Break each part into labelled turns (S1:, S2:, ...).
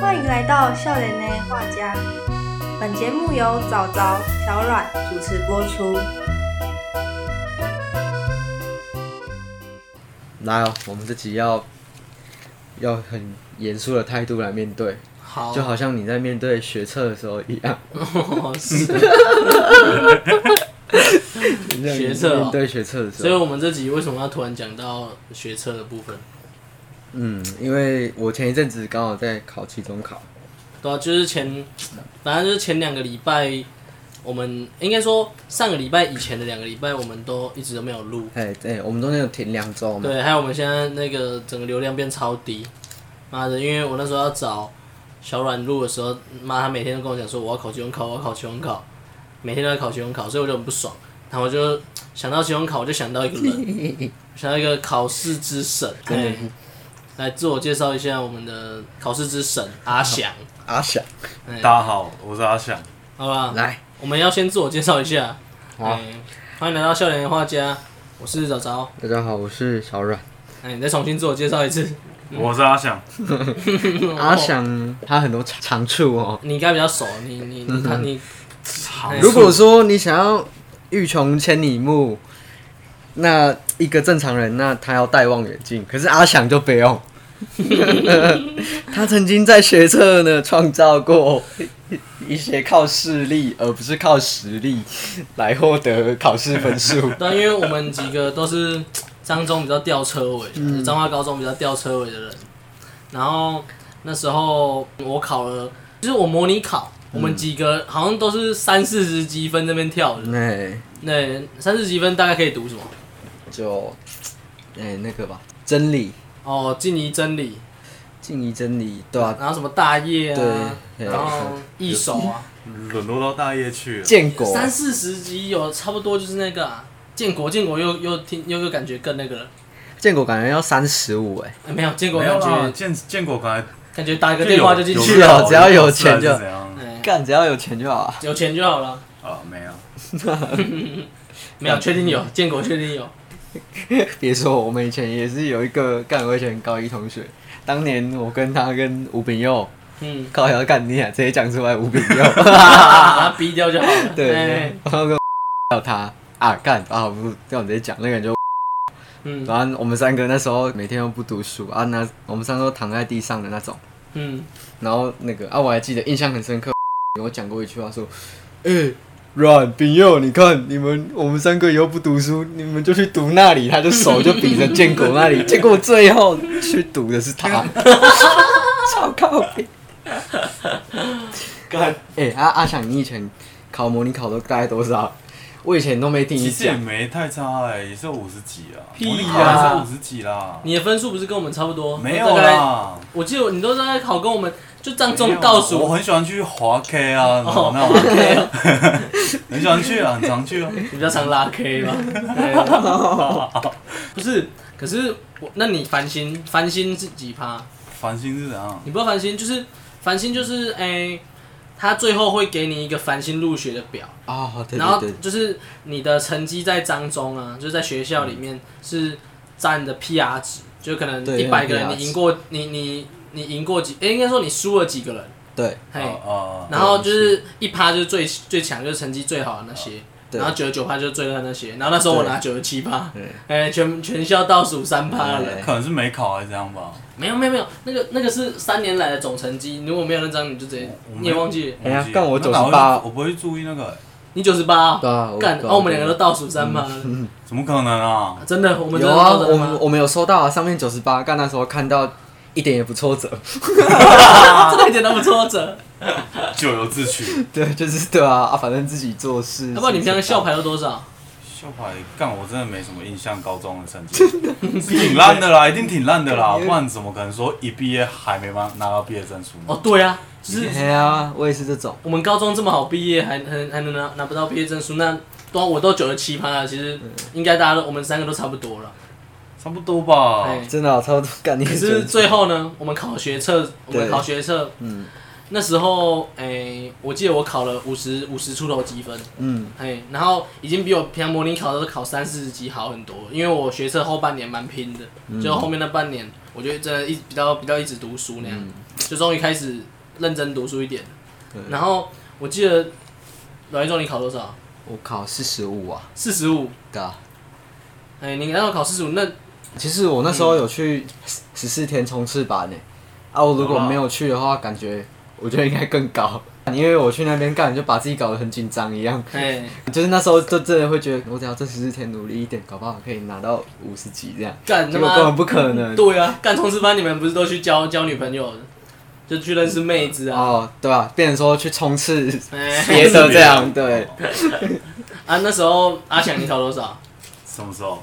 S1: 欢迎来到笑脸内画家。本节目由早早、小阮主持播出。
S2: 来、哦，我们这集要要很严肃的态度来面对，
S3: 好，
S2: 就好像你在面对学测的时候一样。
S3: 哦
S2: 嗯
S3: 是，学测哦
S2: 面对学测的时
S3: 所以
S2: 候，
S3: 我们这集为什么要突然讲到学车的部分？
S2: 嗯，因为我前一阵子刚好在考期中考，
S3: 对啊，就是前，反正就是前两个礼拜，我们应该说上个礼拜以前的两个礼拜，我们都一直都没有录。
S2: 哎哎，我们中间有停两周嘛，
S3: 对，还有我们现在那个整个流量变超低，妈的！因为我那时候要找小软录的时候，妈她每天都跟我讲说我要考期中考，我要考期中考，每天都在考期中考，所以我就很不爽。然后我就想到期中考，我就想到一 个人，想到一个考试之神。对，来自我介绍一下我们的考试之神阿翔，
S2: 阿翔
S4: 大家好，我是阿翔。
S3: 好吧？
S2: 来，
S3: 我们要先自我介绍一下。
S2: 好啊
S3: 哎欢迎来到笑脸画家，我是早早。
S2: 大家好，我是小阮。
S3: 哎，你再重新自我介绍一次。
S4: 我是阿翔，
S2: 阿翔他很多长长处哦。
S3: 你应该比较熟，你你你看你，哎。
S2: 如果说你想要欲穷千里目，那一个正常人，那他要戴望远镜，可是阿翔就不用。 他曾经在学测呢创造过一些靠视力而不是靠实力来获得考试分数
S3: 对啊，因为我们几个都是彰中比较吊车尾，
S2: 嗯
S3: 彰化高中比较吊车尾的人。然后那时候我考了，就是我模拟考，我
S2: 嗯
S3: 们几个好像都是三四十积分那边跳的。
S2: 哎，
S3: 那三四十积分大概可以读什么？
S2: 就哎那个吧，真理，
S3: 哦，静怡真理，
S2: 静怡真理，对吧、
S3: 然后什么大业啊，
S2: 对哎
S3: 然后一手啊，
S4: 沦落到大业去了。
S2: 建国，
S3: 三四十级有差不多就是那个、啊、建国，建国又又听又又感觉更那个了。
S2: 建国感觉要三十五哎。
S3: 哎没有建国
S4: 没
S3: 感
S4: 有啦，
S3: 觉
S4: 建建国刚才
S3: 感觉打一个电话就进去
S2: 有
S3: 了，
S2: 了只要有钱
S4: 是
S2: 就
S4: 怎样
S3: 哎
S2: 干，只要有钱就好啊。
S3: 有钱就好了。
S4: 啊？没有，
S3: 没有，确定
S4: 嗯
S3: 有建国，确定有。
S2: 别说我们以前也是有一个干，我以前高一同学，当年我跟他跟吴炳佑
S3: 嗯，
S2: 高要干你啊，直接讲出来吴炳佑，
S3: 把 它逼掉就好 了。
S2: 对
S3: 哎，
S2: 然后跟叫他啊干啊，我不这样直接讲那个人就，
S3: 嗯
S2: 然后我们三个那时候每天都不读书啊，那我们三个都躺在地上的那种，
S3: 嗯，
S2: 然后那个啊我还记得印象很深刻， 跟我讲过一句话说，哎、阮炳佑，你看你们我们三个以后不读书，你们就去读那里。他就手就比着建国那里，结 果最后去读的是他， 超靠北。
S3: 干
S2: 哎、阿阿翔，你以前考模拟考都大概多少？我以前都没听
S4: 其
S2: 你
S4: 实也
S2: 讲。
S4: 没太差哎，也是五十几啊。
S3: 屁
S4: 我那
S3: 啦
S4: 考的是五十几啦。
S3: 你的分数不是跟我们差不多？
S4: 没有
S3: 大概，
S4: 啦，
S3: 我记得你都在考跟我们就占
S4: 没
S3: 中
S4: 有
S3: 倒
S4: 我
S3: 数。
S4: 很喜欢去滑 K 啊，那
S3: 哦
S4: 种那种很喜欢去啊，很常去啊。
S3: 你比较常拉 K 吧？对 不是，可是我，那你繁星，繁星是几趴？
S4: 繁星是怎样？
S3: 你不知道繁星就是繁星就是哎，他最后会给你一个繁星入学的表。
S2: 哦，对
S3: 然后
S2: 对对，
S3: 就是你的成绩在彰中啊，就是在学校里面是占的 PR 值，就可能
S2: 嗯对
S3: 一百个
S2: 那
S3: 人
S2: 个 PR
S3: 你赢过你你你赢过几，诶应该说你输了几个人，
S2: 对
S3: 嘿，
S4: 啊
S3: 然后就是一趴就是最最强，就是成绩最好的那些，
S2: 对
S3: 然后九十九趴就是最烂那些，然后那时候我拿九十七趴，哎，全全校倒数三趴
S2: 哎
S3: 的人，
S4: 可能是没考还是怎样吧？
S3: 没有没有没有，那个那个是三年来的总成绩，如果没有那张你就直接
S4: 我
S3: 你也忘记了，
S4: 我
S2: 哎呀
S4: 忘记了
S2: 干我
S4: 那哪会
S2: 98
S4: 我不会注意那个欸，
S3: 你九十八
S2: 对，啊，
S3: 干，
S2: 对嗯
S3: 然后我们两个都倒数三趴，
S4: 怎么可能啊？
S3: 真的，我们真
S2: 有
S3: 的
S2: 啊，
S3: 倒数
S2: 我
S3: 三趴
S2: 们。我们有收到啊，上面九十八，干那时候看到一点也不挫折，
S3: 真的一点都不挫折。
S4: 咎由自取。
S2: 对，就是对啊，啊，反正自己做事。
S3: 要啊不然你平常校
S2: 牌
S3: 牌都多少？
S4: 校牌干，我真的没什么印象，高中的成绩是挺烂的啦，一定挺烂的啦，不然怎么可能说一毕业还没拿拿到毕业证书呢？
S3: 哦，对啊，就是
S2: 哎呀，我也是这种，
S3: 我们高中这么好毕业，还还还能拿拿不到毕业证书，那都我都九十七趴了，其实
S2: 嗯
S3: 应该大家都我们三个都差不 多了。
S4: 差不多吧。
S3: 哎
S2: 真的、啊，超干你
S3: 可
S2: 也
S3: 是
S2: 是
S3: 最后呢，我们考学测，我们
S2: 对
S3: 考学测，
S2: 嗯
S3: 那时候，哎，我记得我考了五十五十出头积分，
S2: 嗯，
S3: 哎，然后已经比我平常模拟考的都考三四十级好很多，因为我学
S2: 嗯嗯
S3: 测后半年蛮拼的，就后面那半年，我就真的一比较比较一直读书那样。就终于开始认真读书一点。然后我记得阮一中你考多少？
S2: 我考四十五啊，
S3: 四十五。
S2: 对啊。
S3: 哎，你那时候考四十五， 那
S2: 其实我那时候有去十四天冲刺班呢、啊，我如果
S4: 哦
S2: 没有去的话，感觉我觉得应该更高， 因为我去那边干，就把自己搞得很紧张一样。
S3: 哎，
S2: 就是那时候就真的会觉得，我只要这十四天努力一点，搞不好可以拿到五十级这样。
S3: 干
S2: 结
S3: 他
S2: 果根本
S3: 妈
S2: 不可能。
S3: 对啊，干冲刺班你们不是都去交交女朋友，就去认识妹子啊？
S2: 哦，对啊，变成说去冲刺
S3: 哎
S2: 别的这样，对，
S3: 啊，那时候阿翔你考多 少？
S4: 什么时候？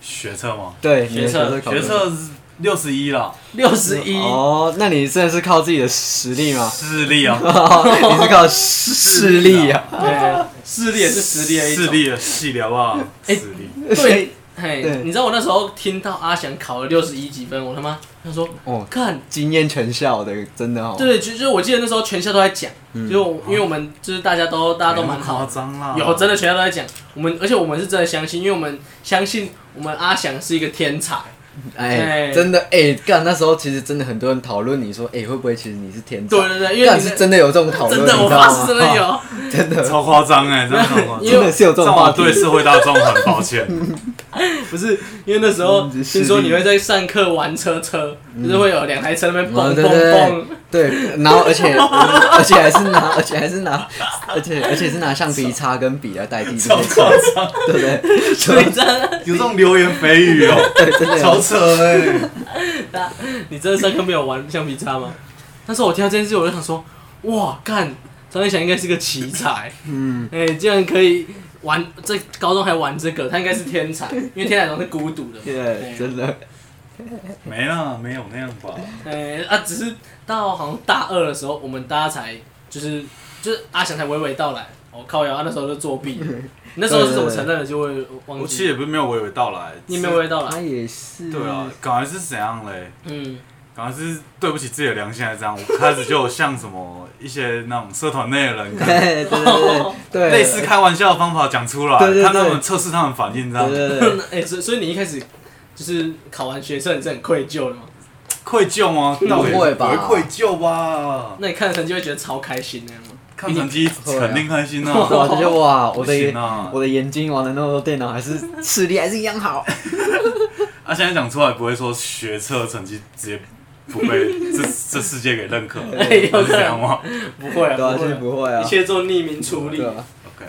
S4: 学测吗？
S2: 对，
S3: 学测
S2: 你的考
S4: 学
S2: 试
S4: 测六十一了，
S3: 六十一。
S2: 哦，那你真的是靠自己的实力吗？
S4: 视力啊，
S2: 你是靠视力啊？
S3: 对，视力也是实力的一种。
S4: 视力的啊系列好不好？
S3: 哎
S4: 视力，
S2: 啊
S3: 对，
S2: 对
S3: 嘿，你知道我那时候听到阿翔考了六十一几分，我他妈他说，
S2: 哦，
S3: 看，
S2: 惊艳全校的，真的哦。
S3: 对，就就我记得那时候全校都在讲，就我因为我们就是大家都大家都蛮
S4: 夸
S3: 好，
S4: 张啦，
S3: 有真的全校都在讲，我们而且我们是真的相信，因为我们相信我们阿翔是一个天才，
S2: 哎，
S3: 哎
S2: 真的哎，干那时候其实真的很多人讨论你说，哎，会不会其实你是天才？
S3: 对对对，因为
S2: 干
S3: 你
S2: 是
S3: 的
S2: 真的有哦这种讨论，
S3: 真的，
S2: 你
S3: 我
S2: 知
S3: 发
S2: 道吗
S3: 誓真的，有，
S2: 真的
S4: 超夸张哎，真的超夸张
S3: 因。为
S2: 真的是有这
S4: 这
S2: 种
S4: 样
S2: 话
S4: 我
S2: 题
S4: 对。社会大众很抱歉，
S3: 不是因为那时候
S2: 嗯这视
S3: 听说
S2: 力
S3: 你会在上课玩车车，就是会有两台车在那边
S2: 哦
S3: 蹦
S2: 对
S3: 蹦
S2: 对
S3: 蹦，
S2: 对，然后而且而且还是拿，而且还是拿，而且而且是拿橡皮擦跟笔来代替这
S4: 超
S2: 些
S4: 夸
S2: 车，
S4: 张，
S2: 对不对？
S3: 所以真的
S4: 有这种流言蜚语哦，
S2: 真的
S4: 超
S2: 有
S4: 扯哎，
S3: 你真的上课没有玩橡皮擦 吗？那时候我听到这件事，我就想说，哇，干张天祥应该是个奇 才，嗯，哎、竟然可以玩这高中还玩这个，他应该是天才，因为天才总是孤独的，
S2: 对，啊真的。
S4: 没啦，没有那样吧？
S3: 哎、啊，只是到好像大二的时候，我们大家才就是就是阿翔才娓娓道来，我、靠呀，啊、那时候就作弊了，你那时候是怎么承认的？就会忘
S4: 我其实
S3: 记，
S4: 也不是哎没有娓娓道来，
S3: 你没有娓娓道
S2: 他
S3: 来，
S2: 也是。
S4: 对啊，感觉是怎样嘞？
S3: 嗯，
S4: 感觉是对不起自己的良心还是怎样？我开始就有像什么一些那种社团内的人，可能
S2: 对对对对，
S4: 类似开玩笑的方法讲出来，
S2: 对对对
S4: 看他们测试他们反应，这
S2: 对
S4: 样
S2: 对
S3: 哎、
S2: 对，
S3: 所以所以你一开始就是考完学测，你是很愧疚的吗？
S4: 愧疚吗？到底
S2: 不会吧
S4: 不会愧疚吧？
S3: 那你看成绩会觉得超开心的吗？
S4: 看成绩肯定开心
S2: 对
S4: 啊！
S2: 啊， 就哇，我
S4: 不
S2: 的
S4: 行
S2: 眼
S4: 啊！
S2: 我的眼睛玩了那么多电脑，还是视力还是一样好。
S4: 啊，现在讲出来不会说学测成绩直接不被这 这世界给认可，
S3: 哎有
S4: 是这样吗
S3: 不会啊，
S2: 对啊，
S3: 不
S2: 其
S3: 会
S2: 实
S3: 啊，
S2: 不会啊
S3: 一。切做匿名处理
S2: 对，啊，
S4: ？OK，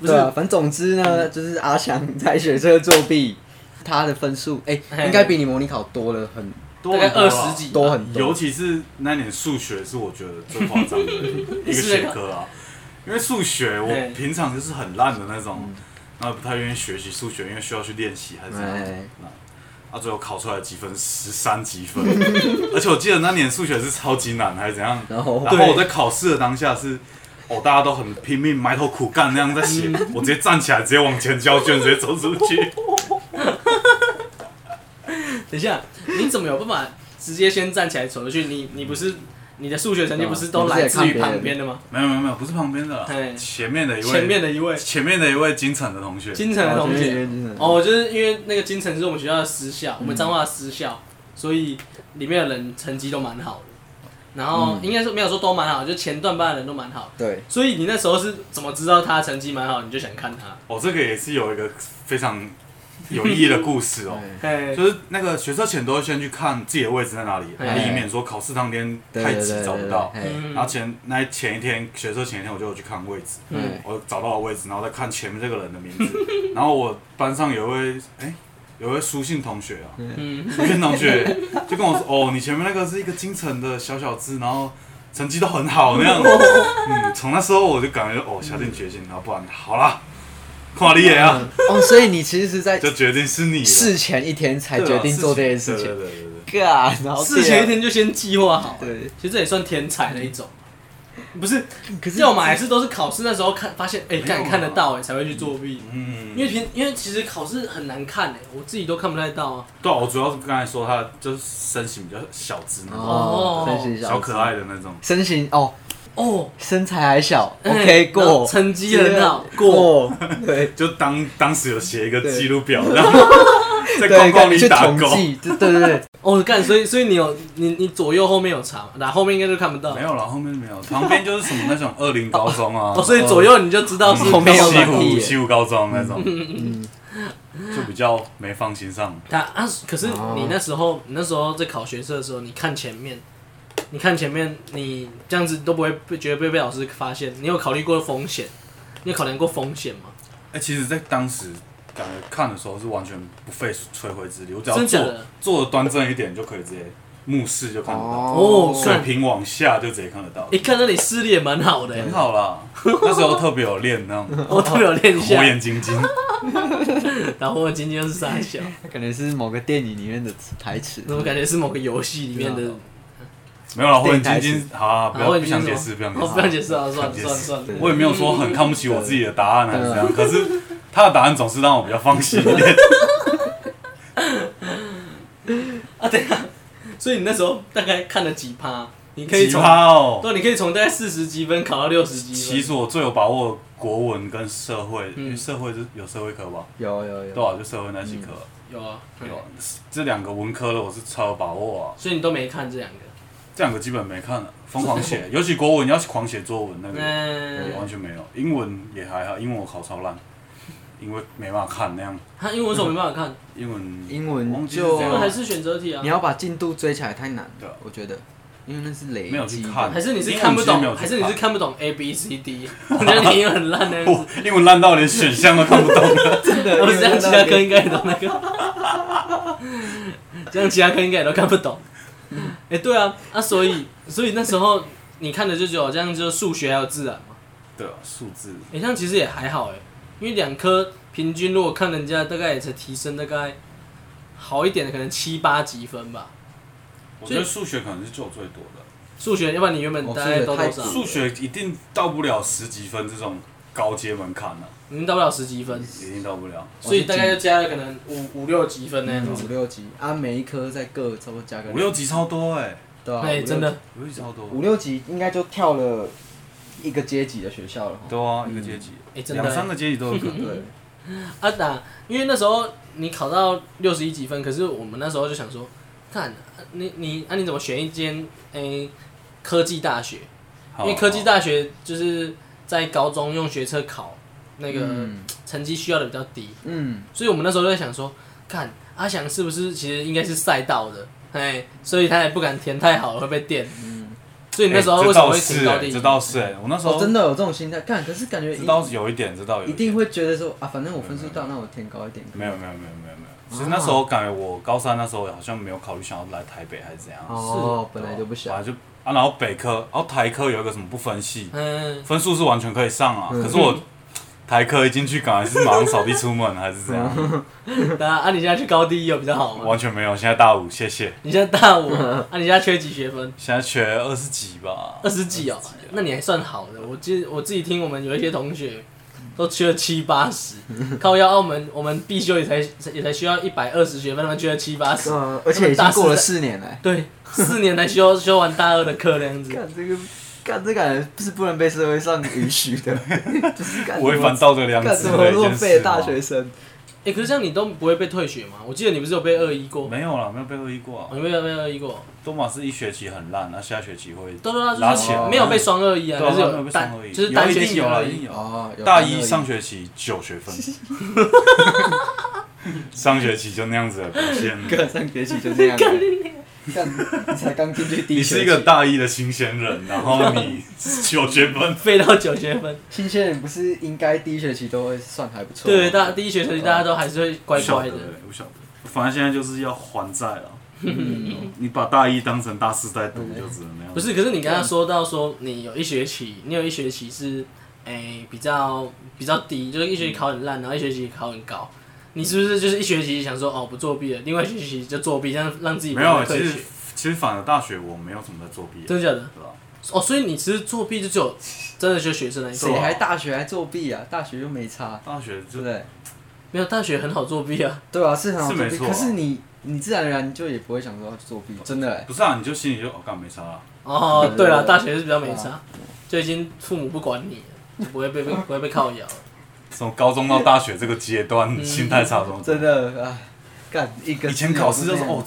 S3: 不是
S2: 对啊，反正总之呢，就是阿翔在学车作弊，他的分数哎，
S3: 嘿
S2: 应该比你模拟考多了很
S4: 多
S3: 大概
S4: 很多
S3: 二
S4: 啊
S3: 十几吧
S2: 多，很
S4: 尤
S2: 多。
S4: 其是那年数学是我觉得最夸张的一个学科啊，因为数学
S3: 对
S4: 我平常就是很烂的那种，然后不太愿意学习数学，因为需要去练习还是怎样
S2: 哎。
S4: 那啊，最后考出来几分？十三几分， 而且我记得那年数学是超级难还是怎样？
S2: 然后
S4: 然后我在考试的当下是，哦，大家都很拼命埋头苦干那样在写，我直接站起来，直接往前交卷，直接走出去。
S3: 等一下，
S2: 啊
S3: 你怎么有办法直接先站起来走出去？你你不是你的数学
S2: 啊
S3: 成绩不是都来自于旁边的吗？
S4: 没有没有没有，不是旁边的啦
S3: 嘿，
S4: 前面的一位，
S3: 前面的一位
S4: 前面的一位京城的同学，
S3: 金城的同
S2: 哦嗯
S3: 学
S2: 金城的同学
S3: 哦，就是因为那个金城是我们学校的私校，我们彰化的私校，所以里面的人成绩都蛮好的。然后
S2: 嗯
S3: 应该说没有说都蛮好，就前段班的人都蛮好。
S2: 对，
S3: 所以你那时候是怎么知道他成绩蛮好，你就想看他？
S4: 哦，这个也是有一个非常有意义的故 事哦。
S3: 嘿，
S4: 就是那个学车前都会先去看自己的位置在哪里，
S3: 嘿
S4: 以免说考试当天
S2: 对
S4: 太
S2: 对
S4: 急
S2: 对
S4: 找不到。
S2: 对对
S3: 嗯
S4: 然后前那前一天学车前一天我就有去看位置，
S2: 嗯
S4: 我找到了位置，然后再看前面这个人的 名字，然后我班上有一位哎、有一位书信同学啊，
S3: 嗯，
S4: 书信同学就跟我说，哦，你前面那个是一个京城的小小子，然后成绩都很好那样，嗯，从那时候我就感觉哦下定决心，然后不然好啦，跨你也啊，
S2: 哦，所以你其实是在
S4: 就决定是你了
S2: 事前一天才
S4: 对啊
S2: 决定做这件
S4: 事
S2: 事
S4: 情对
S2: 情。
S4: 对对对对啊
S2: 干，然后
S3: 事前一天就先计划好。
S2: 对，
S3: 其实这也算天才的一种，不是？
S2: 可是
S3: 要么还是都是考试那时候看发现，哎、
S4: 有啊
S3: 看看得到哎、才会去作弊。
S4: 嗯，
S3: 因为平因为其实考试很难看哎、我自己都看不太到啊。
S4: 对啊，我主要是刚才说他就是身形比较小只那种，
S2: 哦
S3: 哦，
S2: 身形
S4: 小可爱的那种。
S2: 身形哦，
S3: 哦
S2: 身材还小
S3: 哎
S2: ，OK
S3: 然
S2: 过，
S3: 后成绩很好
S2: 过，对，
S4: 就当当时有写一个记录表，然在框框里
S2: 去
S4: 打
S2: 统
S4: 勾，
S2: 计，对对对 对，
S3: 哦，干，所以所以你有你你左右后面有查，那后面应该就看不到
S4: 没。有了，后面没有，旁边就是什么那种二零高中啊，
S3: 哦，所以左右你就知道是
S2: 后面有
S4: 西
S2: 满地
S4: 湖
S2: 耶
S4: 西湖高中那种，
S3: 嗯
S4: 就比较没放心上。
S3: 他啊，可是
S4: 哦
S3: 你那时候，你那时候在考学测的时候，你看前面，你看前面，你这样子都不会被觉得被被老师发现。你有考虑过风险？你有考量过风险吗？
S4: 哎、其实，在当时感觉看的时候是完全不费吹灰之力，我只要
S3: 真假
S4: 做
S3: 的？
S4: 做的端正一点就可以直接目视就看得到，
S3: 哦
S4: 水平往下就直接看得到
S3: 一、，哎看到你视力也蛮好的、欸
S4: 很好 啦。那时候特别有练那种
S3: 我都有练一
S4: 火
S3: 下。
S4: 眼金睛，
S3: 然后我今天是傻笑，
S2: 可能是某个电影里面的台词。
S3: 怎么感觉是某个游戏里面的？
S4: 没有啦，火眼
S2: 电
S4: 金
S2: 台词
S4: 睛，好啊，不
S3: 然
S4: 要
S3: 后
S4: 不
S3: 你
S4: 想解释，不想解
S3: 我
S4: 释，
S3: 不想解释啊，算了
S4: 不想解
S3: 算
S4: 释
S3: 了算了。
S4: 我也没有说很看不起我自己的答案还是怎
S3: 嗯
S4: 样，
S2: 对
S4: 可是他的答案总是让我比较放心 一点。
S3: 啊，对啊，所以你那时候大概看了几趴？你可以
S4: 奇
S3: 从
S4: 葩哦！
S3: 对，你可以从大概四十几分考到六十几分。
S4: 其实我最有把握国文跟社会，
S3: 嗯
S4: 因为社会是有社会科吧，
S2: 有有有，
S4: 对啊，就社会那几科，
S3: 有啊，
S4: 有啊这两个文科的我是超有把握啊，
S3: 所以你都没看这两个。
S4: 这两个基本没看了，疯狂写，尤其国文要狂写作文那个
S3: 那
S4: 完全没有，英文也还好，英文我考超烂，因为没办法看那样，
S3: 他英文怎么没办法 看？
S4: 英文
S2: 英文
S4: 忘记是
S2: 就
S4: 怎
S3: 英
S4: 样
S3: 文 还是选择题啊
S2: 你？要把进度追起来太难
S4: 对啊
S2: 了，我觉得，因为那是累积的。
S4: 没有去看
S3: 还是你是看不
S4: 英
S3: 懂？
S4: 文
S3: 还
S4: 其
S3: 是
S4: 实没有去看
S3: 你是看不懂 A B C D？我 觉得你英文很烂呢。
S4: 我英文烂到连选项都看不懂 了。
S2: 真的， 因
S3: 我
S2: 为
S3: 这样
S2: 那
S3: 其他
S2: 个
S3: 科应该也都那个， 这样其他科应该也都看不懂。哎，对啊，啊，所以所以那时候你看的就只有这样，就是数学还有自然嘛。
S4: 对啊，数字
S3: 哎，这样其实也还好哎，因为两科平均如果看人家大概也才提升大概好一点的可能七八几分吧。
S4: 我觉得数学可能是就最多的，
S3: 数学，要不然你原本
S2: 哦
S3: 大概都多
S2: 数
S3: 少
S2: 啊？
S4: 数学一定到不了十几分这种高阶门槛了、
S3: 你嗯们到不了十几
S2: 哦
S3: 分，
S4: 一定到不了。
S3: 所以大概就加了可能五五六几分那样
S2: 嗯五
S3: 子。
S2: 六级啊，每一科再各差不多加个
S4: 五六级超多哎、
S2: 对啊，五
S3: 哎，
S2: 六
S3: 真的，
S4: 五六级超多，
S2: 五六级应该就跳了一个阶级的学校了哈。
S4: 对啊，一个阶级，
S3: 哎，真
S4: 两、
S3: 的。
S4: 三个阶级都有 可能。
S2: 对，
S3: 啊打，因为那时候你考到六十一几分，可是我们那时候就想说，看啊你你啊你怎么选一间诶科技大学？因
S4: 哦
S3: 为科技大学就是在高中用学测考，那个
S2: 嗯
S3: 成绩需要的比较低，
S2: 嗯，
S3: 所以我们那时候就在想说，看阿翔是不是其实应该是赛道的，哎，所以他也不敢填太好了会被电。所以你那时候为
S4: 哎这
S3: 什么
S4: 倒
S3: 会
S4: 是
S3: 挺高
S4: 哎、
S3: 第一
S4: 这？倒是哎、我那时候、
S2: 嗯哦，真的有这种心态，看，可是感觉
S4: 这
S2: 一
S4: 倒是有一点，这倒有
S2: 一
S4: 一
S2: 定
S4: 点。
S2: 会觉得说啊，反正我分数到，那我填高一点。
S4: 没有没有没有没有没有，其实那时候感觉我高三那时候好像没有考虑想要来台北还是怎样，
S2: 哦，本来就不想
S4: 啊。就啊，然后北科，然后台科有一个什么不分系，
S3: 嗯，
S4: 分数是完全可以上啊，
S2: 嗯
S4: 可是我台科一进去，感觉是马上扫地出门还是 怎
S2: 嗯
S4: 样，
S3: 对啊，啊你现在去高第一有比较好吗？
S4: 完全没有。现在大五，谢谢。
S3: 你现在大五，啊你现在缺几学分？
S4: 现在缺二十几吧，
S3: 二十几哦，那你还算好的。我记我自己听我们有一些同学都缺了七八 十，靠要澳门我们必修也才也才需要一百二十学分，他们缺了七八十。
S2: 嗯，而且已经过了四年了。
S3: 对，四年才修修完大二的课那样子。
S2: 看这个，看这感觉是不能被社会上允许 的，就是干
S4: 违反道德良
S2: 干
S4: 知
S2: 什么
S4: 的一
S2: 落
S4: 件
S2: 费
S4: 事哦
S2: 的大
S4: 吗。
S2: 学生。
S3: 哎、可是这样你都不会被退学吗？我记得你不是有被二一过？
S4: 没有啦，没有被恶意过啊
S3: 哦。你没有被二一过？
S4: 多马是一学期很烂，然后下学期会。
S3: 对对对，
S4: 拉
S3: 就是
S4: 起
S2: 来
S3: 没有被双二一啊，
S4: 对啊
S3: 可是
S4: 没有被双
S3: 单
S4: 恶意，
S3: 就是单
S4: 有
S3: 学
S4: 一定
S3: 期
S4: 有啦，
S3: 二
S4: 一定
S3: 一。
S4: 有。
S2: 哦，有
S4: 大
S2: 三
S4: 一
S2: 二
S4: 上学期九 学分，上学期就那样子的表现。
S2: 个上学期就这样
S4: 啊
S2: 了， 干你才刚进去第
S4: 你
S2: 一学期，
S4: 是一个大一的新鲜人，然后你九学分，
S3: 飞到九学分，
S2: 新鲜人，不是应该第一学期都会算还不错吗？
S3: 对，大 第一学期大家都还是会乖乖的
S4: 不晓得，欸不晓得。反正现在就是要还债了。
S2: 嗯
S4: 你把大一当成大四在读，就只能那样。
S3: 不是，可是你刚刚说到说你有一学期，你有一学期是诶、比较比较低，就是一学期考很烂，然后一学期考很高。你是不是就是一学期想说哦不作弊了，另外一学期就作弊，这样让自己不
S4: 没有，
S3: 会
S4: 其
S3: 退
S4: 实
S3: 学？
S4: 其实反而大学我没有什么在作弊，对
S3: 真的假的？
S4: 吧？
S3: 哦，所以你其实作弊就只有真的就学生来做
S4: 啊
S2: 谁，还大学还作弊啊？大学又没差，
S4: 大学
S2: 对
S4: 就
S2: 不对？
S3: 没有大学很好作弊啊。
S2: 对啊，是很好
S4: 是
S2: 作
S4: 没
S2: 弊，
S4: 错啊
S2: 可是你你自然而然就也不会想说要去作弊，真的 欸。
S4: 不是啊，你就心里就哦，干没差啊，
S3: 哦，对了，
S2: 对
S3: 大学是比较没
S4: 哦
S3: 差，就已经父母不管你了，就不会被被不会被靠摇了。
S4: 从高中到大学这个阶段，心态差多少？
S2: 真的啊，干一个
S4: 以
S2: 字
S4: 前考试
S2: 也
S4: 就
S2: 不
S4: 是
S2: 这样
S4: 哦，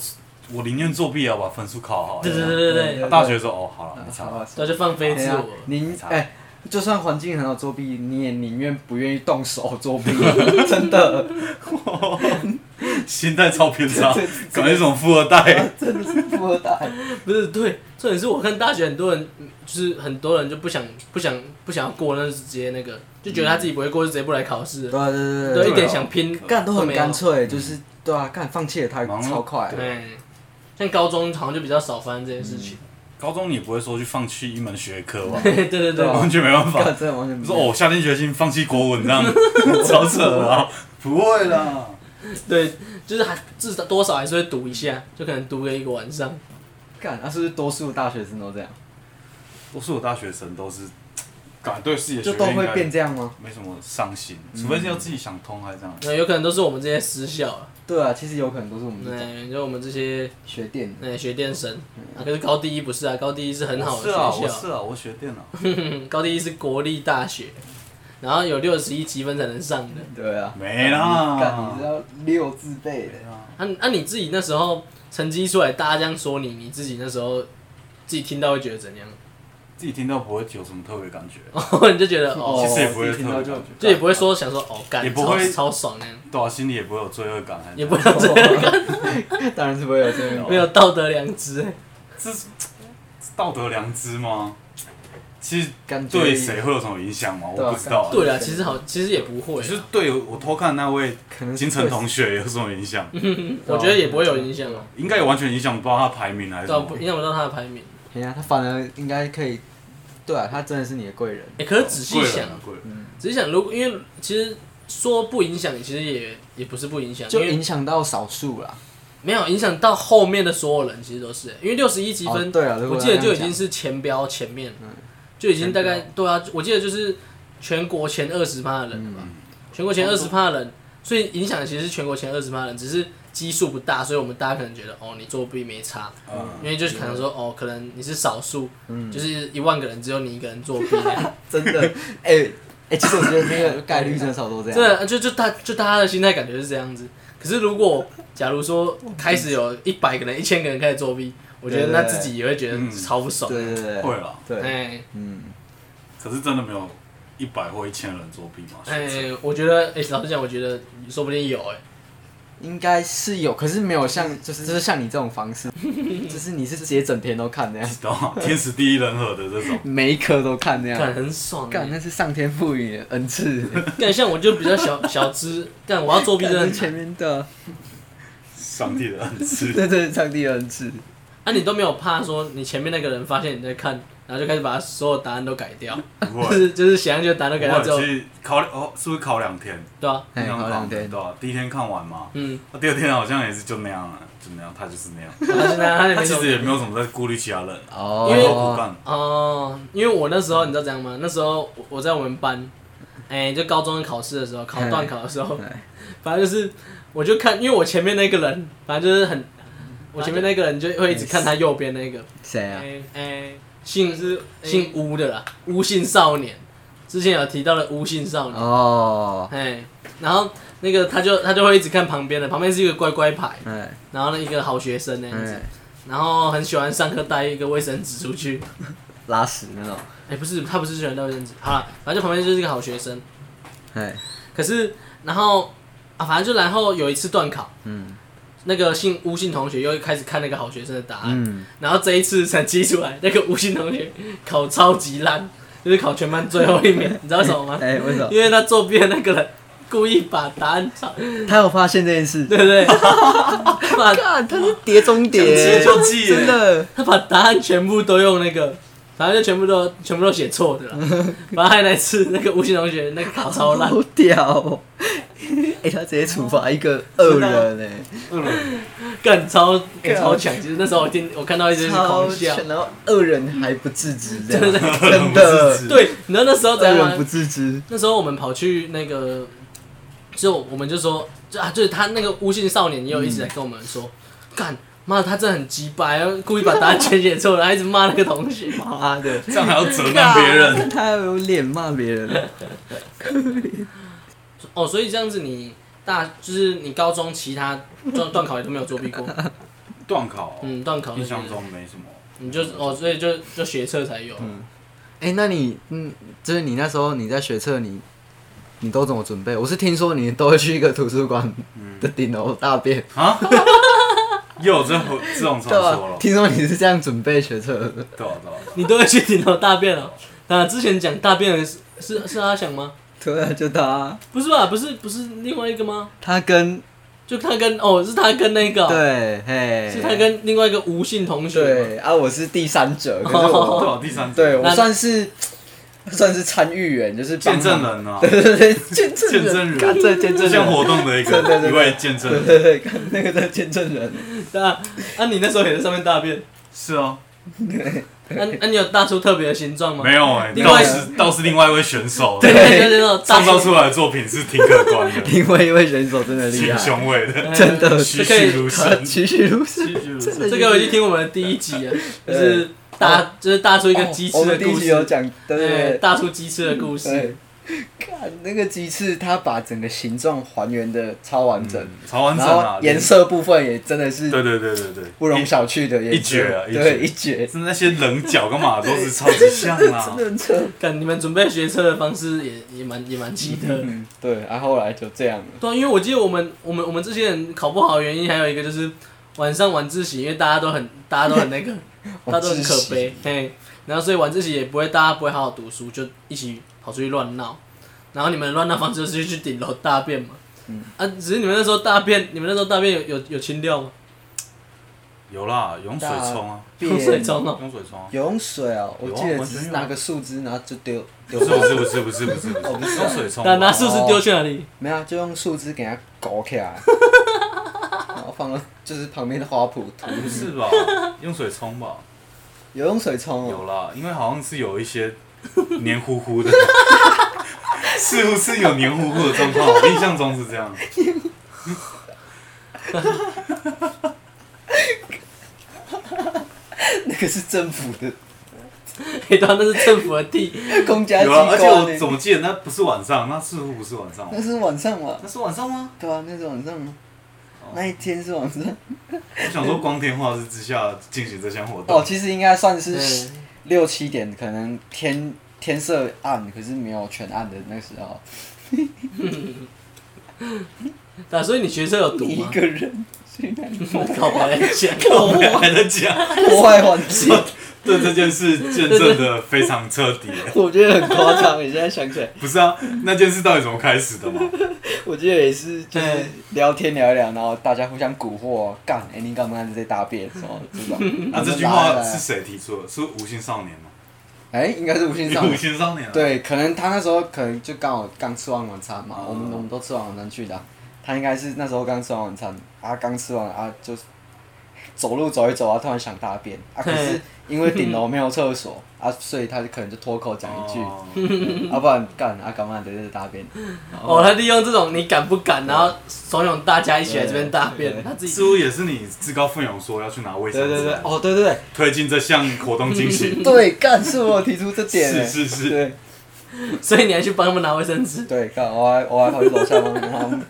S4: 我宁愿作弊也要把分数考好。
S3: 对对对对对，
S4: 大学的时候哦，好了，没差。
S2: 啊
S3: 那就放飞自
S2: 对啊
S3: 我。
S2: 您
S4: 差
S2: 哎，就算环境很好作弊，你也宁愿不愿意动手作弊， 真的，
S4: 啊心态超偏差
S2: 对，
S4: 感觉一种富二代。
S2: 真的是富二代。
S3: 不是对，重点是我看大学很多人，嗯就是很多人就不想不想不想要过，那就直接那个，就觉得他自己不会过，就直接不来考试
S2: 对
S3: 了，
S2: 啊对对
S3: 对，一
S4: 对
S3: 点
S4: 啊
S3: 想拼
S2: 干都很
S3: 没有
S2: 干。脆，啊就是对啊，干放弃也太
S4: 忙碌
S2: 超快了，
S3: 对，哎像高中好像就比较少发生这件事
S2: 嗯
S3: 情。
S4: 高中你不会说去放弃一门学科吧？
S3: 对对
S2: 对
S3: 对
S2: 啊，
S4: 完全没办法。
S2: 干真的完全
S4: 你
S2: 不
S4: 说哦，下定决心放弃国文这样， 超扯的啊！不会啦，
S3: 对，就是还至少多少还是会读一下，就可能读个一个晚上。
S2: 干，啊那是不是多数大学生都这样？
S4: 多数的大学生都是，感对自己的
S2: 就
S4: 学
S2: 都
S4: 业应
S2: 会变
S4: 该
S2: 这样吗？
S4: 没什么上心，除非是要自己想通还是这样。
S3: 那有可能都是我们这些私校了，
S2: 对啊，其实有可能都是我们这种
S3: 对，就我们这些
S2: 学电的，
S3: 呃学电生。
S2: 嗯
S3: 啊可是高第一不是啊，高第一是很好
S4: 我
S3: 的
S4: 是啊，
S3: 学
S4: 我
S3: 校，嗯
S4: 是啊，我学电脑。
S3: 高第一是国立大学，然后有六十一积分才能上的。
S2: 对啊，
S4: 没啦
S2: 干你知道六字辈的，
S3: 那那、啊你自己那时候成绩出来，大家这样说你，你自己那时候自己听到会觉得怎样？
S4: 自己听到不会有什么特别感觉，
S3: 哦，你就觉得哦，
S4: 其实也不会
S2: 自己听到就
S4: 特别感觉
S3: 就也不会说想说哦，干
S4: 也不会
S3: 超超爽那样，
S4: 对啊，心里也不会有罪恶感，还是
S3: 也不会
S4: 怎 样
S2: 当然是不会有这种
S3: 没有道德良知。哎
S4: 这是是道德良知吗？其实
S2: 感觉
S4: 对谁会有什么影响吗？
S2: 对啊
S4: 我不知道啊。
S3: 对啊，其实好，其实也不会
S4: 就是
S3: 啊，
S4: 对我偷看那位
S2: 可能是
S4: 金城同学有什么 影响？
S3: 我觉得也不会有影响啊，
S4: 应该也完全影响不到他排名还是
S3: 对
S4: 什
S3: 啊，不影
S4: 么。
S3: 响不到他的排名。
S2: 对，哎呀，他反而应该可以，对啊，他真的是你的贵人，
S3: 哎、可是仔细
S4: 贵
S3: 想
S4: 人啊，，贵人
S3: 仔细想，如果因为其实说不影响，其实也也不是不影响，
S2: 就
S3: 因为
S2: 影响到少数啦。
S3: 没有影响到后面的所有人，其实都是、哎因为六十一积分、
S2: 哦对啊如果
S3: 我记得
S2: 要这
S3: 就
S2: 样
S3: 已经是前标前面，
S2: 嗯
S3: 就已经大概对啊，我记得就是全国前二十趴的人吧，
S4: 嗯
S2: 嗯
S3: 全国前二十趴的人，所以影响的其实是全国前二十趴的人，只是基数不大，所以我们大家可能觉得哦，你作弊没差，
S4: 嗯，
S3: 因为就是可能说哦，可能你是少数，
S2: 啊嗯
S3: 就是一万个人只有你一个 人作弊那样，
S2: 真的， 哎、哎、其实我觉得那个概率真的差不多这样。
S3: 真的啊就就大就大家的心态感觉是这样子。可是如果假如说开始有一百个人、一千个人开始作弊，我觉得
S2: 对
S3: 那
S2: 对
S3: 自己也会觉得
S4: 嗯
S3: 超不爽。
S2: 对对对
S4: 会啊
S2: 对，对，
S4: 啦。
S3: 哎
S2: 嗯，
S4: 可是真的没有一百或一千人作弊吗？
S3: 哎，我觉得哎，老实讲，我觉得说不定有哎，
S2: 应该是有，可是没有像就是就是像你这种方 式，就是你是直接整天都看那样，
S4: 知道吗？天时地利人和的 这种，
S2: 每一科都看那
S3: 干
S2: 样。
S3: 很爽
S2: 干，
S3: 哎。
S2: 那是上天赋予的恩 赐。
S3: 干像我就比较小 小资，干我要作弊真的
S2: 干
S3: 很
S2: 是前
S3: 难。
S2: 面的，
S4: 上帝的恩 赐。
S2: 对对，上帝的恩赐。
S3: 啊，你都没有怕说你前面那个人发现你在看，然后就开始把他所有答案都改掉，
S4: 不
S3: 就
S4: 会，
S3: 是就是想要就答案都
S4: 不
S3: 改掉
S4: 会，
S3: 之后，
S4: 去考哦，是不是考两天？
S3: 对啊，
S2: 哎，好两天，
S4: 对啊，第一天看完嘛，
S3: 嗯，
S4: 那第二天好像也是就那样了，就那样，他就是那样。
S3: 然后现在他也
S4: 他
S3: 没
S4: 其
S3: 什么
S4: 实也没有什么在顾虑其他人，
S2: 哦
S3: 因为
S4: 不干，
S3: 哦，因为我那时候你知道怎样吗？那时候我我在我们班，哎、就高中考试的时候，考段考的 时候
S2: 哎，
S3: 反正就是我就看，因为我前面那个人，反正就是很，我前面那个人就会一直看他右边那个，
S2: 谁啊？
S3: 哎哎，姓是姓巫的啦，巫姓少年，之前有提到的巫姓少年，
S2: 哦，
S3: 哎，然后那个他就他就会一直看旁边的，旁边是一个乖乖牌，
S2: 哎
S3: 然后一个好学生那样子
S2: 哎，，
S3: 然后很喜欢上课带一个卫生纸出去。
S2: 拉屎那种，
S3: 哎、不是，他不是喜欢带卫生纸，好了，反正就旁边就是一个好学生。
S2: 哎，
S3: 可是，然后啊，反正就然后有一次断考，
S2: 嗯
S3: 那个姓吴姓同学又开始看那个好学生的答案，
S2: 嗯，
S3: 然后这一次成绩出来，那个吴姓同学考超级烂，就是考全班最后一名，你知道为什 么吗？
S2: 哎，为什么？
S3: 因为他作弊的那个人故意把答案抄，
S2: 他有发现这件事
S3: 对，不对？把
S2: 干，他是碟中
S4: 讲
S2: 谍，
S4: 出就记 耶
S2: 真的。
S3: 他把答案全部都用那个，反正就全部都全部都写错的啦。然后还有那一次那个吴姓同学那个考超烂，
S2: 好屌、哦！哎、他直接处罚一个恶人 哎、
S4: 二人
S3: 更超
S2: 干
S3: 更超强。其实那时候我听我看到一直是
S2: 超
S3: 狂笑，
S2: 然后恶人还不自知， 这样
S3: 真的
S2: 真
S4: 恶人不
S2: 的
S4: 自，知
S3: 对，你知道那时候
S2: 恶
S3: 怎样
S2: 人不
S3: 吗？
S2: 自知，
S3: 那时候我们跑去那个，就我们就说，就啊，就是他那个无姓少年也有一直在跟我们说，干妈的他真的很鸡掰，故意把答案全写错了，还一直骂那个同 学。
S2: 妈 的！
S4: 这样还要责难别
S2: 啊
S4: 人，
S2: 他还有脸骂别人，
S3: 哦，所以这样子你大就是你高中其他段段考也都没有作弊 过，
S4: 断考，
S3: 嗯，段考那
S4: 印
S3: 些
S4: 象中嗯没什么。
S3: 你就哦，所以就就学测才有，
S2: 哎、那你嗯，就是你那时候你在学测，你你都怎么准备？我是听说你都会去一个图书馆的顶楼大便，
S4: 啊，又有这种这种传
S2: 对啊
S4: 说
S2: 吧
S4: 了？？
S2: 听说你是这样准备学测的，
S4: 对啊对啊，
S3: 你都会去顶头大便了、那之前讲大便的是是是阿翔吗？
S2: 对啊，就他，
S3: 不是吧？不是不是另外一个吗？
S2: 他跟
S3: 就他跟哦，是他跟那个哦、
S2: 对，嘿，
S3: 是他跟另外一个吴姓同学吗，
S2: 对啊，我是第三者，可是我
S4: 对啊，第三
S2: 对
S4: 者
S2: 我
S3: 那
S2: 算是算是参与员，就是帮
S4: 见
S2: 忙
S4: 证，人啊，
S2: 对对对，见证人，
S4: 见证人
S2: 看这见
S4: 这
S2: 证
S4: 项
S2: 人，
S4: 活动的一
S2: 对对
S4: 个
S2: 对
S4: 一位见证
S2: 对
S4: 人。
S2: 对对，看那个在见证 人，
S3: 那啊，你那时候也在上面大 便，
S4: 是啊，
S3: 那、啊、那、你有大出特别的形 状吗？
S4: 没有哎，
S3: 另
S4: 倒
S3: 外
S4: 是倒是另外一位选手，啊
S3: 对对对对，那种大
S4: 创造出来的作品是挺可观的，
S2: 因为因为人手真的厉
S4: 挺
S2: 害，
S4: 雄伟
S3: 哎
S4: 的，
S2: 真的
S3: 这
S4: 栩
S3: 可
S4: 栩
S3: 以
S4: 如生。
S2: 栩栩如生。
S4: 这
S3: 这个我去听我们的第一集啊，就是
S2: 哦
S3: 大就是大出一个鸡
S2: 哦我们
S3: 翅的
S2: 第一
S3: 故
S2: 集有
S3: 事，哎
S2: 讲，对对
S3: 大出鸡翅的
S2: 对
S3: 故事，
S2: 对。看那个鸡翅，它把整个形状还原的超完整，
S4: 超完整
S2: 然
S4: 啊
S2: 后，颜色部分也真的是
S4: 对对对对对，
S2: 不容小觑的颜色，
S4: 一绝啊一绝
S2: 对一绝，
S4: 是那些棱角干嘛都是超级像啊
S2: 真，的很扯。
S3: 看你们准备学车的方式也也蛮也蛮奇特的。
S2: 嗯，对，然、后后来就这样了。
S3: 对啊，因为我记得我们我们我们这些人考不好的原因还有一个就是晚上晚自习，因为大家都很大家都很那个，大家都很可悲，嘿，然后所以晚自习也不会大家不会好好读书，就一起跑出去乱闹。然后你们乱闹方式就是去顶楼大便嘛。
S2: 嗯
S3: 啊，只是你们那时候大便，你们那时候大便有有有清掉吗？
S4: 有啦，用水冲啊，
S3: 用水冲哦，
S4: 用水冲啊，
S2: 游泳水哦，我
S4: 有啊
S2: 记得
S4: 完
S2: 只
S4: 全
S2: 是
S4: 有啊
S2: 拿个树枝，然后就丢丢
S4: 不是，不是不是不是不是 不是用水冲
S3: 那
S4: 啊，
S3: 拿树枝丢去哪里？
S2: 没有、啊，就用树枝给它搞起 来，然后放到就是旁边的花圃涂。
S4: 不是吧？用水冲吧，
S2: 游泳水冲哦，
S4: 有啦，因为好像是有一些黏糊 糊的，是不是有黏糊糊的状 况？我印象中是这样。
S2: 那个是政府的
S3: 对啊，那是政府的地。
S2: 公家机
S4: 有啊，而且
S2: 构
S4: 我怎
S2: 呢，
S4: 么记得那不是晚上，那似乎不是晚上啊
S2: 那，是晚上嘛？
S4: 那是晚上吗？
S2: 对啊，那是晚上嘛。那一天是晚上
S4: 我想说光天化日之下进行这项活
S2: 哦，
S4: 动，
S2: 其实应该算
S3: 对
S2: 是六七点，可能天天色暗，可是没有全暗的那时候，
S3: 啊，所以你学车有读
S2: 你一
S3: 吗？
S2: 个人去那 里
S3: 搞白 讲，
S4: 我们还在讲。
S2: 破坏环境，
S4: 对这件事见证的非常彻底。
S2: 我觉得很夸张。你现在想起来，
S4: 不是啊，那件事到底怎么开始 的嘛？。
S2: 我记得也是，就是
S3: 对
S2: 聊天聊一聊，然后大家互相蛊惑，干，哎、你干嘛在大便什么这种
S4: 啊那、这句话是谁提出的？是无心少年吗？
S2: 哎、应该是无心上。
S4: 无心少年、啊。，
S2: 对，可能他那时候可能就刚好刚吃完晚餐嘛，
S4: 嗯
S2: 我们我们都吃完晚餐去的啊、他应该是那时候刚吃完晚餐，啊，刚吃完啊，就是走路走一走啊，突然想大便啊，可是
S3: 嘿
S2: 因为顶楼没有厕所 啊，所以他就可能就脱口讲一句，
S4: 哦、
S2: 啊，不然干啊，干嘛在这大便？
S3: 哦，他利用这种你敢不敢，然后怂恿大家一起来这边大
S2: 对
S3: 便，他自己
S4: 似乎也是你自告奋勇说要去拿卫生
S2: 对
S4: 纸，
S2: 对对，哦，对对对，
S4: 推进这项活动进 行。
S2: 对，干是我提出这点、欸，
S4: 是是是，
S2: 对
S3: 所以你还去帮他们拿卫生纸，
S2: 对，干我还我还跑去楼下帮忙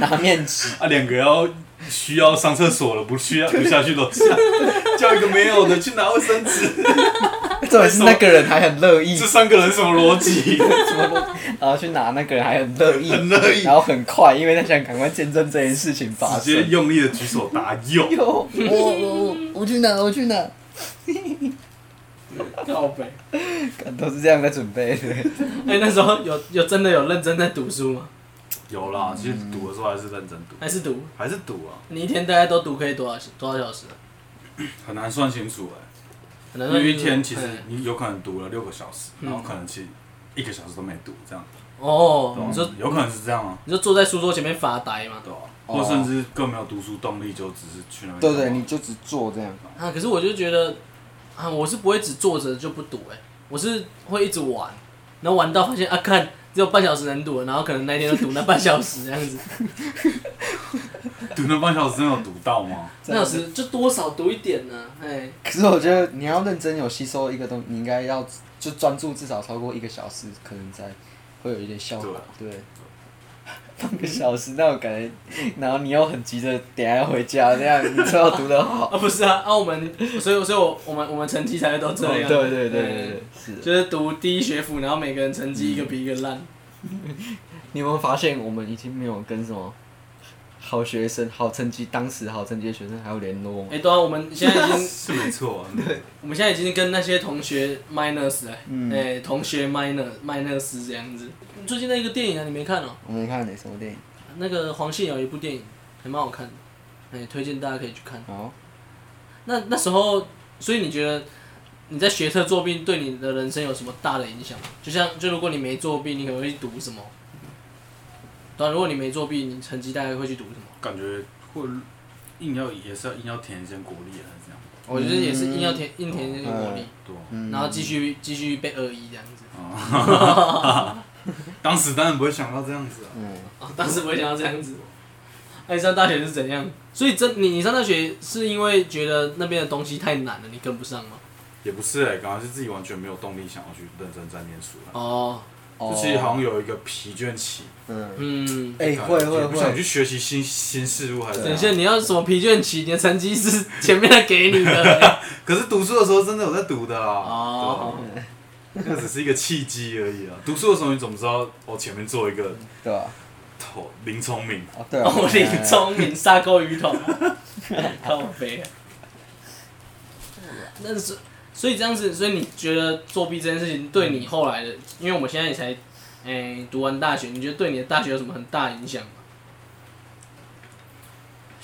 S2: 拿面纸，
S4: 啊，两个要需要上厕所了，不需要不下 去楼下，叫一个没有的去拿卫生纸，
S2: 重点是那个人还很乐意
S4: 这，三个人什么逻辑？
S2: 什么都然后去拿那个人还很乐意，
S4: 很乐意
S2: 然后很快，因为他想赶快见证这件事情发
S4: 直接
S2: 生。
S4: 用力的举手答有。
S2: 哟，我我我我去拿，我去拿，
S3: 靠北。
S2: 干都是这样在准备的。
S3: 哎、那时候有有真的有认真在读书吗？
S4: 有啦，其实赌的时候还是认真赌，
S3: 还是读？
S4: 还是赌啊，
S3: 你一天大概都读可以多少多少小时、啊？很
S4: 很难算清楚哎、
S3: 难
S2: 嗯
S4: 因
S3: 算
S4: 为
S3: 清
S4: 一
S3: 楚
S4: 天其实
S3: 哎
S4: 你有可能读了六个小时，然后可能其实一个小时都没读，这样，
S3: 哦，
S4: 懂
S3: 你
S4: 吗
S3: 说
S4: 有可能是这样啊，
S3: 你说坐在书桌前面发呆嘛？
S4: 对啊，
S2: 哦
S4: 或甚至更没有读书动力，就只是去那边。
S2: 对对，你就只做这样。
S3: 啊，可是我就觉得啊，我是不会只坐着就不读哎、我是会一直玩，然后玩到发现啊，看只有半小时能读了，然后可能那一天就读那半小时这样 子，
S4: 读那半小时，真的有读到吗？
S3: 半小时就多少读一点呢、哎，
S2: 可是我觉得你要认真有吸收一个东西，你应该要就专注至少超过一个小时，可能才会有一点效果。对，半个小时那种感觉，然后你又很急着等一下要回家，那样你最好读得好。
S3: 啊，不是啊，啊，我们，所以，所以我我们我们成绩才会都这
S2: 对
S3: 样。
S2: 哦
S3: 哎
S2: 对对对对，，是的。
S3: 就是读第一学府，然后每个人成绩一个比一个烂。
S2: 你有没有发现我们已经没有跟什么好学生、好成绩、当时好成绩的学生还有联络吗？
S3: 哎、对啊，我们现在已经，
S4: 是没错、 啊，
S3: 我们现在已经跟那些同学 minus 了、
S2: 嗯
S3: 哎、同学 minus minus 这样子。最近那个电影啊，你没看哦、
S2: 我们看哪什么电影？
S3: 那个黄信尧一部电影，还蛮好看的，哎、推荐大家可以去看。
S2: 哦，
S3: 那那时候，所以你觉得你在学测作弊对你的人生有什么大的影响吗？就像，就如果你没作弊，你可能会去读什么？对啊、如果你没作弊，你成绩大概会去读什么？
S4: 感觉会硬要也是要硬要填一间国立还是怎样？
S3: 我觉得也是硬要填硬填那个国力，
S4: 对啊、
S2: 嗯
S3: 然后继续继续被恶意这样子。
S4: 当时当然不会想到这样子啊。
S2: 嗯，
S3: 啊，当时不会想到这样子。那、你上大学是怎样？所以真你你上大学是因为觉得那边的东西太难了，你跟不上吗？
S4: 也不是哎、欸，感觉是自己完全没有动力想要去认真在念书了。啊
S3: 哦，
S4: 就其实好像有一个疲倦期，
S2: 嗯，
S3: 嗯，
S2: 哎、
S4: 感觉
S2: 会会
S4: 不想
S2: 会，
S4: 去学习新新事物还是怎
S3: 等一
S4: 样。
S3: 下你要什么疲倦期？你的成绩是前面的给你的。
S4: 可是读书的时候真的有在读的啦，
S3: 哦
S4: 对啊那只是一个契机而已啊。读书的时候你怎么知道我前面做一个
S2: 对啊吧、
S4: 头林聪明？
S2: 哦，对、啊，
S3: 哦，林
S2: 哎
S3: 聪明杀沟鱼桶， 靠背、啊。那是，所以这样子，所以你觉得作弊这件事情对你后来的，因为我们现在也才，哎、读完大学，你觉得对你的大学有什么很大影响吗？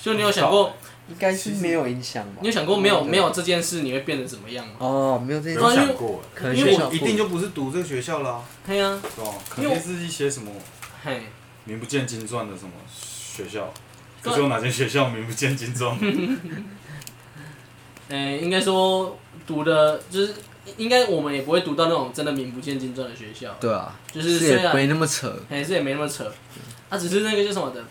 S3: 就你有想过，
S2: 应该是没有影响吧
S3: 你有？想过没有
S2: 对啊
S3: 没有这件事你会变得怎么样吗？
S2: 哦，没有这
S4: 没
S2: 些，
S4: 有想过欸、
S2: 可能
S3: 因
S2: 学
S3: 为
S2: 校
S3: 我
S4: 一定就不是读这个学校啦、
S3: 对呀、啊，
S4: 对吧？肯定是一些什么
S3: 嘿，
S4: 名不见经传的什么学校。可是有哪间学校名不见经传？
S3: 哎、应该说读的，就是应该我们也不会读到那种真的名不见经传的学校，
S2: 对啊，
S3: 就是
S2: 是
S3: 虽
S2: 也
S3: 然
S2: 没那么扯，
S3: 哎、这也没那么扯，啊，只是那个叫什么的，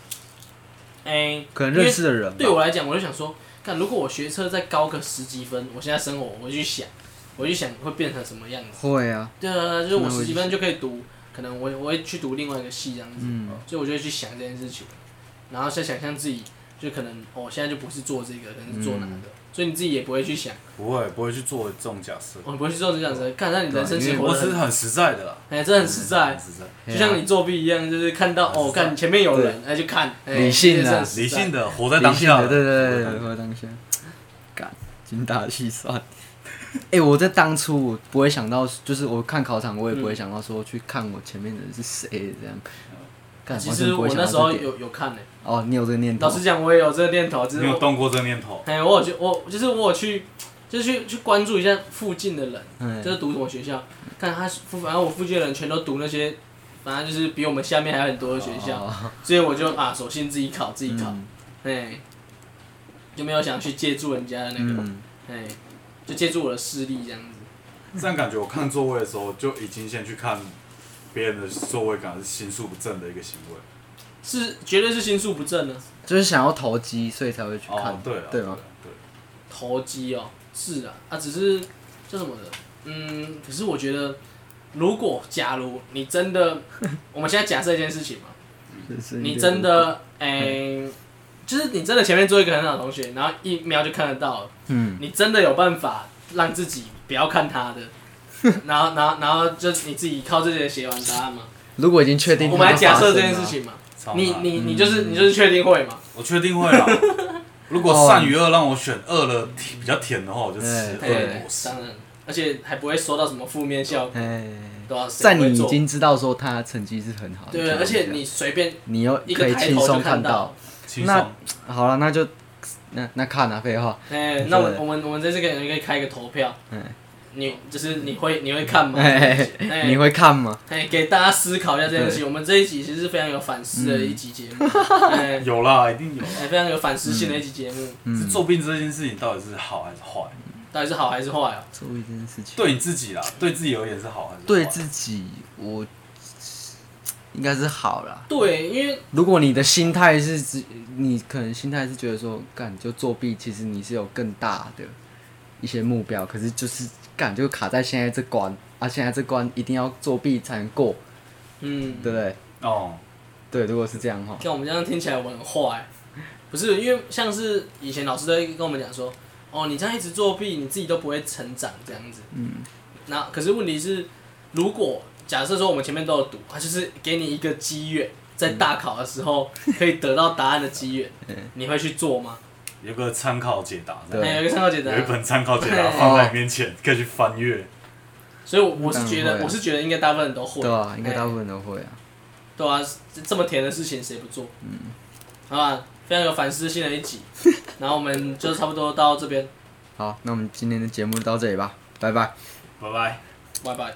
S3: 哎、
S2: 可能认识的人吧
S3: 对我来讲，我就想说，看如果我学车再高个十几分，我现在生活，我去想，我去想会变成什么样子。
S2: 会啊，
S3: 对啊，就是我十几分就可以读，可能我我会去读另外一个系这样子，
S2: 嗯
S3: 所以我就会去想这件事情，然后再想象自己就可能哦，现在就不是做这个，可能是做哪个，
S2: 嗯
S3: 所以你自己也不会去想，
S4: 不会，不会去做这种假设。
S3: 我、不会去做这样子，看那你人
S2: 对
S3: 生
S2: 啊
S3: 生
S2: 因为
S3: 活
S4: 我
S3: 得
S4: 只
S3: 很
S4: 是很实在的啦，
S3: 哎、这很实在
S4: 很。实在，
S2: 对
S3: 就
S2: 啊
S3: 像你作弊一样，就是看到哦，看前面有人，哎，就看，哎
S2: 理性啊
S3: 这也是很实在
S4: 理性的活在
S2: 理
S4: 当
S2: 性
S4: 下
S2: 的，。对对对，活在当下，干，精打细算。哎、我在当初我不会想到，就是我看考场，我也不会
S3: 嗯
S2: 想到说去看我前面的人是谁这样。干，
S3: 其
S2: 完全
S3: 实
S2: 不
S3: 我
S2: 会想
S3: 那
S2: 到
S3: 时候
S2: 这点
S3: 有有看呢、
S2: 哦，你有这个念头
S3: 老，实讲，我也有这个念头，只
S4: 你
S3: 是
S4: 有
S3: 我，
S4: 动过这个念头？
S3: 哎，我有去，我就是我有去，就是去去关注一下附近的人，
S2: 嗯
S3: 就是读什么学校，看他附，反正我附近的人全都读那些，反正就是比我们下面还有很多的学校，
S2: 哦
S3: 所以我就啊，索性自己考自己考，
S2: 嗯
S3: 哎，就没有想去借助人家的那个，
S2: 嗯，
S3: 哎，就借助我的势力这样子。
S4: 这样感觉，我看座位的时候就已经先去看别人的座位，感觉是心术不正的一个行为。
S3: 是，绝对是心术不正啊！
S2: 就是想要投机，所以才会去看，
S4: 哦，对啊，
S2: 对
S4: 啊
S2: 吗？
S4: 对，
S3: 投机哦，是啊，啊，只是叫什么的，嗯，可是我觉得，如果假如你 真的，我们现在假设一件事情嘛，
S2: 就是
S3: 你真的，哎、就是你真的前面做一个很好的同学，然后一瞄就看得到了，
S2: 嗯，
S3: 你真的有办法让自己不要看他的。 然后，然后，然后就是你自己靠自己的写完答案嘛。
S2: 如果已经确定，
S3: 我们来假设这件事，情嘛，
S4: 超
S3: 你
S4: 难
S3: 你
S2: 嗯
S3: 你就是你就是确定会嘛？
S4: 我确定会啦。如果善与恶让我选恶了，比较甜的话，我就吃恶
S2: 对
S4: 的
S3: 对
S4: 果，实。
S3: 当然，而且还不会收到什么负面效果，
S2: 哎，
S3: 对啊，谁
S2: 在
S3: 会
S2: 你已
S3: 做
S2: 经知道说他成绩是很好的情
S3: 对，
S2: 况下，
S3: 而且你随便
S2: 你又
S3: 一
S2: 可
S3: 个
S2: 以
S3: 抬
S2: 轻
S3: 头就
S2: 松
S3: 看
S2: 看
S3: 到
S2: 到。。
S4: 轻松，
S2: 好了，那就那那看啊，废话，
S3: 哎、
S2: 对
S3: 那我我们我们在这个可以开一个投票，
S2: 嗯
S3: 你就是你会你会看吗？
S2: 哎
S3: 哎
S2: 你会看吗？
S3: 哎，给大家思考一下这件事情。我们这一集其实是非常有反思的一集节 目，哎、
S4: 有啦，一定有啦。
S3: 哎非常有反思性的一集节目。
S4: 是
S2: 嗯，
S4: 做病这件事情到底是好还是坏？
S3: 到底是好还是坏哦？
S2: 做一件事情，
S4: 对你自己啦，对自己而言是好还是坏？
S2: 对自己，我应该是好啦。
S3: 对，因为
S2: 如果你的心态是只，你可能心态是觉得说，干就作弊，其实你是有更大的一些目标，可是就是干就卡在现在这关啊，现在这关一定要作弊才能过，
S3: 嗯，
S2: 对不对？
S4: 哦，
S2: 对，如果是这样哈，
S3: 像我们这样听起来我们很坏、不是因为像是以前老师都会跟我们讲说，哦，你这样一直作弊，你自己都不会成长这样子。嗯。那可是问题是，如果假设说我们前面都有读，它就是给你一个机缘，在大考的 时候可以得到答案的机缘，你会去做吗？
S4: 有个参考解答，
S2: 对
S3: 哎有一个参考解答
S4: 有一，本参考解答放在你面前，可以去翻阅。
S3: 所以我我是觉
S2: 当然会
S3: 得，
S2: 啊
S3: 我是觉得应该大部分人都会。
S2: 对啊，应该
S3: 哎
S2: 大部分都会啊。
S3: 对啊，这这么甜的事情谁不做？嗯，好吧，非常有反思性的一 集，然后我们就差不多到这边，
S2: 好，那我们今天的节目到这里吧，拜拜。
S4: 拜拜。
S3: 拜拜。